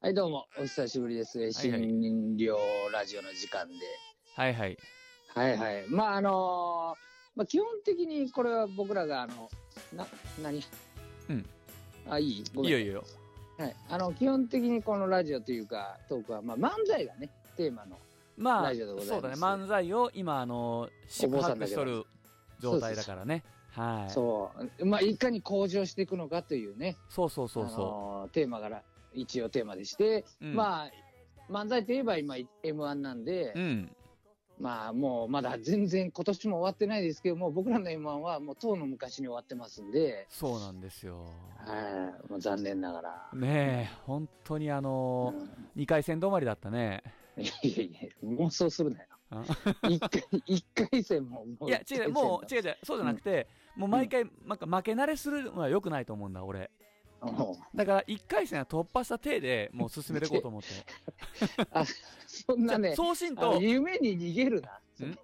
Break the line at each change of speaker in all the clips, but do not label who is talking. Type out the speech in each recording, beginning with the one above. はい、どうも、お久しぶりです。え
はいはい
診療ラジオの時間で。
はいはい。
はいはい。まあ、あのーまあ、基本的にこれは僕らが、あの、な、何
うん。
あ、いいご
い
めん
いよいいよ。
はい。あの、基本的にこのラジオというか、トークは、まあ、漫才がね、テーマの。
まあ、
大丈夫でございます
そうだね。漫才を今、あの、宿
お坊さんだけ
泊し
ど
とる状態だからね。はい。そう
そう。まあ、いかに向上していくのかというね、
そうそうそう。
あのーテーマから、一応テーマでして、
うん、
まあ、漫才といえば今、M1 なんで、
うん。
まあもうまだ全然今年も終わってないですけども、僕らの M1 はもうとうの昔に終わってますんで、
そうなんですよ。
はい、もう残念ながら。
ねえ、本当にあ
う
の、
ん
二回戦止まりだったね。
いやいやいや、妄想するなよ。
あ
一回、一回戦もも
いや、違う、もう、
う
違う違う、そうじゃなくて、もう毎回、なんか負け慣れするのは良くないと思うんだ、俺。
一回戦だ。も
だから、一回戦は突破した体でもう進めていこうと 思って。
うあ、そんなね、
送信
あの
と、
夢に逃げるな。
んい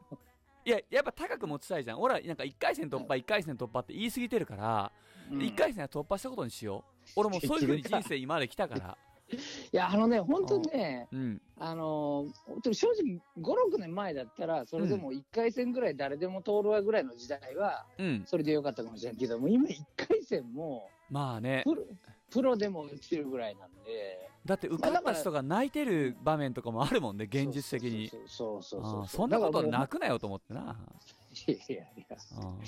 や、やっぱ高く持ちたいじゃん。俺は、なんか一回戦突破、一回戦突破って言い過ぎてるから、
うん
一回戦は突破したことにしよう。俺もうそういうふうに人生今まで来 たから。
いや、あのね、本当にね、
うん。
あのー、本当に正直5、6年前だったら、それでも一回戦ぐらい誰でも通るわぐらいの時代は、
うん。
それでよかったかもしれないけども、今一回戦も、
まあね。
プロプロでも打ちるぐらいなんで、
だって受かった人が泣いてる場面とかもあるもんね、現実的に。
そうそうそう
あ
そ
あ
う。
そんなことは泣
く。
くなよと思ってな。
いやいやいや、
あ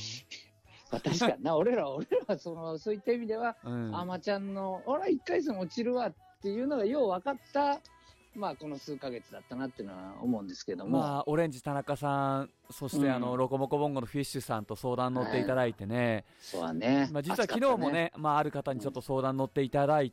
まあ、確かにな、俺ら、俺らはその、そういった意味では、
あうん。
あまちゃんの、俺は一回戦落ちるわっていうのがよう分かった、まあ、この数ヶ月だったなっていうのは思うんですけども、
まあ、オレンジ田中さん、そしてあの、
うん
ロコモコボンゴのフィッシュさんと相談乗っていただいてね、
そうはね。
まあ、実は昨日もね、まあ、ある方にちょっと相談乗っていただい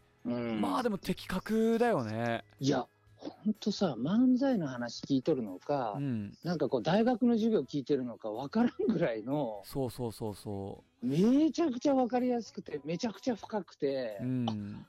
暑かったね、うん、
まあでも的確だよね。
いや、ほんとさ、漫才の話聞いとるのか、
うん。
なんかこう、大学の授業聞いてるのか分からんぐらいの、
そうそうそうそ
めちゃくちゃ分かりやすくて、めちゃくちゃ深くて、
う。うん。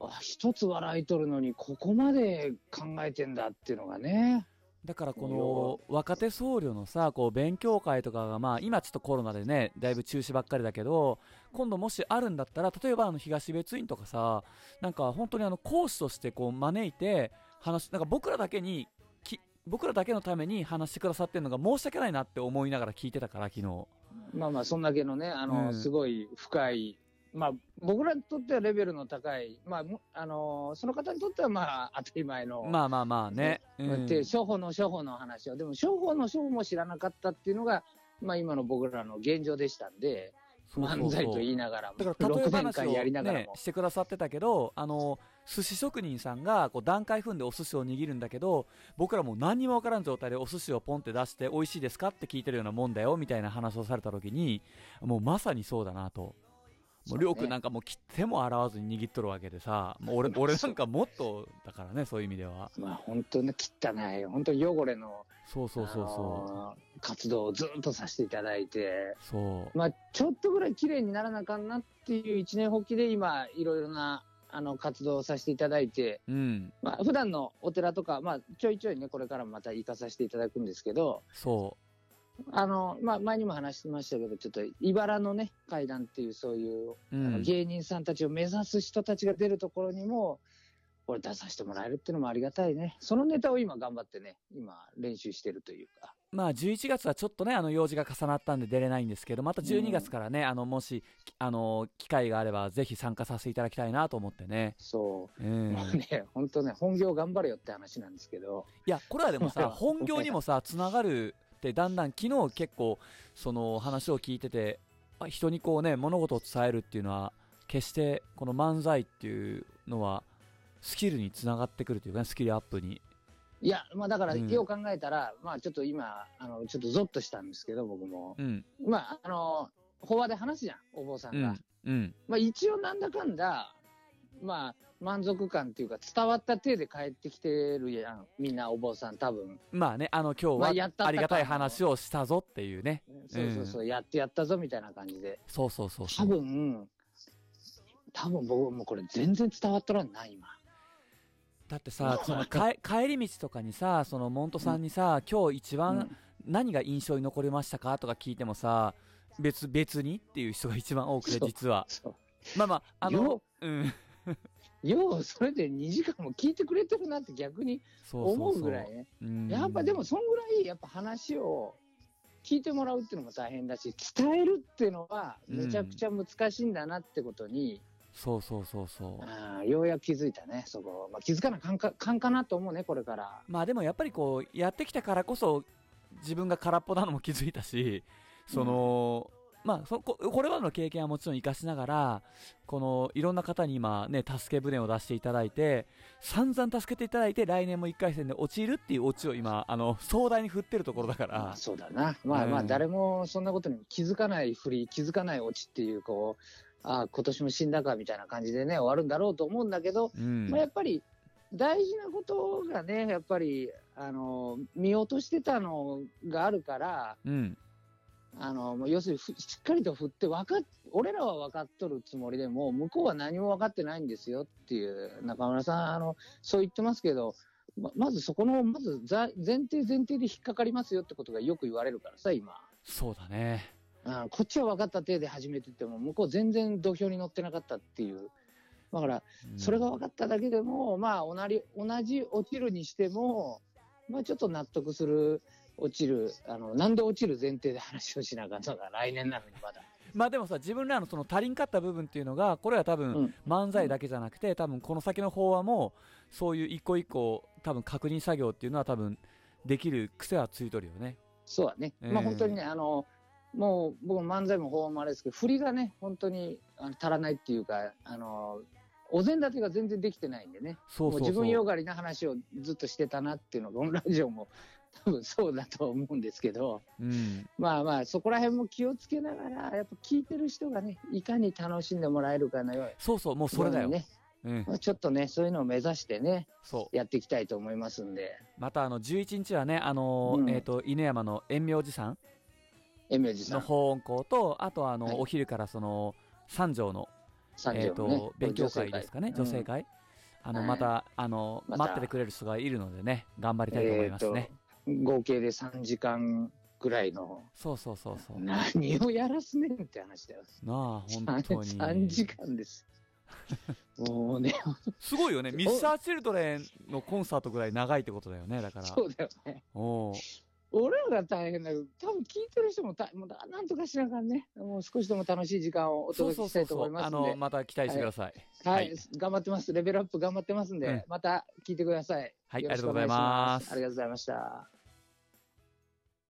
あ一つ笑いとるのに、ここまで考えてんだっていうのがね。
だからこの若手僧侶のさ、こう勉強会とかがまあ今ちょっとコロナでね、だいぶ中止ばっかりだけど、今度もしあるんだったら、例えばあの東別院とかさ、なんか本当にあの講師としてこう招いて話し、なんか僕らだけに、き僕らだけのために話してくださってるのが申し訳ないなって思いながら聞いてたから、昨日。
まあまあ、そんだけのね、あの、
うん
すごい深い、まあ、僕らにとってはレベルの高い、まあ、むあの、その方にとってはまあ、当たり前の。
まあまあまあね。うん。
で、処方の処方の話を、でも、処方の処方も知らなかったっていうのが、まあ、今の僕らの現状でしたんで、
そうそうそう
漫才と言いながらも、
だから例え
6年
話
間やりな
を、
がら
ね
も、。
してくださってたけど、あの、寿司職人さんがこう段階踏んでお寿司を握るんだけど、僕らもう何にもわからん状態でお寿司をポンって出して美味しいですかって聞いてるようなもんだよみたいな話をされた時に、もうまさにそうだなと。も
そう
う
ね
りょうくんなんかもう切っても洗わずに握っとるわけでさ、もう俺、俺なんかもっとだからね、そういう意味では。
まあ、本当ね、汚い、本当に汚れの、
そうそうそうそ
あのー活動をずっとさせていただいて、
う。そう。
まあ、ちょっとぐらい綺麗にならなあかんなっていう一年発起で今、いろいろな、あの、活動をさせていただいて、
うん。
まあ、普段のお寺とか、まあ、ちょいちょいね、これからもまた行かさせていただくんですけど、
そ
あの、まあ、前にも話してましたけど、ちょっと、茨のね、階段っていう、そういう、
う。う
あの
ん。
芸人さんたちを目指す人たちが出るところにも、俺出させてもらえるっていうのもありがたいね。そのネタを今頑張ってね、今練習してるというか。
まあ11月はちょっとね、あの用事が重なったんで出れないんですけど、また12月からね、あの、もし、きあの、機会があればぜひ参加させていただきたいなと思ってね。
そう。
うん。い
もうね、本当ね、本業頑張れよって話なんですけど、
や、これはでも
まあ
さ、本業にもさ、つながるって、だんだん昨日結構、その話を聞いてて、あ人にこうね、物事を伝えるっていうのは、決してこの漫才っていうのは、スキルにつながってくるというかね、スキルアップに。
いや、まあだから、
うん
よう考えたら、まあちょっと今、あの、ちょっとゾッとしたんですけど、僕も。
うん。
まあ、あの、法話で話すじゃん、お坊さ
うん
が。
ん。うん。
まあ一応なんだかんだ、まあ満足感っていうか伝わった手で帰ってきてるやん、みんなお坊さん多分。
まあね、あの、今
まあ
日
や
は
っ、たったか
ありがたい話をしたぞっていうね。
そうそうそう、やってやったぞみたいな感じで。
そうそうそうそ
多
う。
分、多分僕もうこれ全然伝わっとらんな、今。
だってさ、そのかえ帰り道とかにさ、そのモントさんにさ、今日一
う
番
ん
何が印象に残りましたかとか聞いてもさ、別、別にっていう人が一番多くて、
そう
実は。
そう
まあまあ、あの、
よ
うん。
ようそれで2時間も聞いてくれてるなって逆に
そうそ
思
う
う
そう
ぐらいね。
うん
やっぱでもそんぐらいやっぱ話を聞いてもらうっていうのも大変だし伝えるっていうのはめちゃくちゃ難しいんだなってことに、
そうそうそうそう
あーようやく気づいたねそこ、まあ、気づかなあかんかかんかなと思うねこれから
まあでもやっぱりこうやってきたからこそ自分が空っぽなのも気づいたしその、まあそここれまでの経験はもちろん生かしながらこのいろんな方に今ね助け舟を出していただいて散々助けていただいて来年も1回戦で陥るっていうオチを今あの壮大に振ってるところだか
まあ
ら
そうだなまあ
うん
まあ誰もそんなことに気づかないふり気づかないオチっていうこうああ今年も死んだかみたいな感じでね終わるんだろうと思うんだけど、
うん
まあ、やっぱり大事なことがねやっぱりあの見落としてたのがあるから
うん
あのもう要するにふしっかりと振って分かっ俺らは分かっとるつもりでも向こうは何も分かってないんですよっていう中村さんあのそう言ってますけどままずそこのまずざ前提前提で引っかかりますよってことがよく言われるからさ今。
そうだね
あこっちは分かった体で始めてても向こう全然土俵に乗ってなかったっていうだから
うん
それが分かっただけでも、まあ、同じ、同じ落ちるにしても、まあ、ちょっと納得する、落ちる、あの、なんで落ちる前提で話をしなかったのか、来年なのにまだ。
まあでもさ自分らのその足りんかった部分っていうのがこれは多
う
分
ん
漫才だけじゃなくて多分この先の法話もそういう一個一個多分確認作業っていうのは多分できる癖はついとるよね
そうだね。
うん
まあ、本当にね、あの、もう、僕も漫才も法もあれですけど、振りがね、本当にあの足らないっていうか、あの、お膳立てが全然できてないんでね。
そう
も
そうそう
う自分よがりな話をずっとしてたなっていうのが、このラジオも多分そうだと思うんですけど。
うん、
まあまあそこら辺も気をつけながらやっぱ聞いてる人がねいかに楽しんでもらえるかのように
そうそうもうそれだよ、
ね
うん、
ちょっとねそういうのを目指してね
そう
やっていきたいと思いますんで
またあの11日はねあのー
うん
えっ、と犬山の遠明寺さん
え明治さ
の
ん
法音校とあとはあの、
はい
お昼からその三条の
三
えっ、
条のね、
と勉強会ですかね女性
会、
会、あの
はい
またあの
また
待っててくれる人がいるのでね頑張り
うん
たいと思い
えっ、
ます
と
ね、
合計で3時間ぐらいの
そうそうそうそう
何をやらすねんって話だよ
なあ本当に
3時間ですもうね
すごいよねミスター・チルドレンのコンサートぐらい長いってことだよねだから
そうだよね
おう
俺らが大変だけど多分聞いてる人もたもうだなんとかしながらねもう少しでも楽しい時間をお
そう
届
そ
け
う
した
そ
いと思い
うそ
うます
あ
んで
のまた期待してください
は
はい
い、頑張ってます。レベルアップ頑張ってますんで、
うん
また聞いてください。
はい
よろしくお願し
ありがとうございます
ありがとうございました。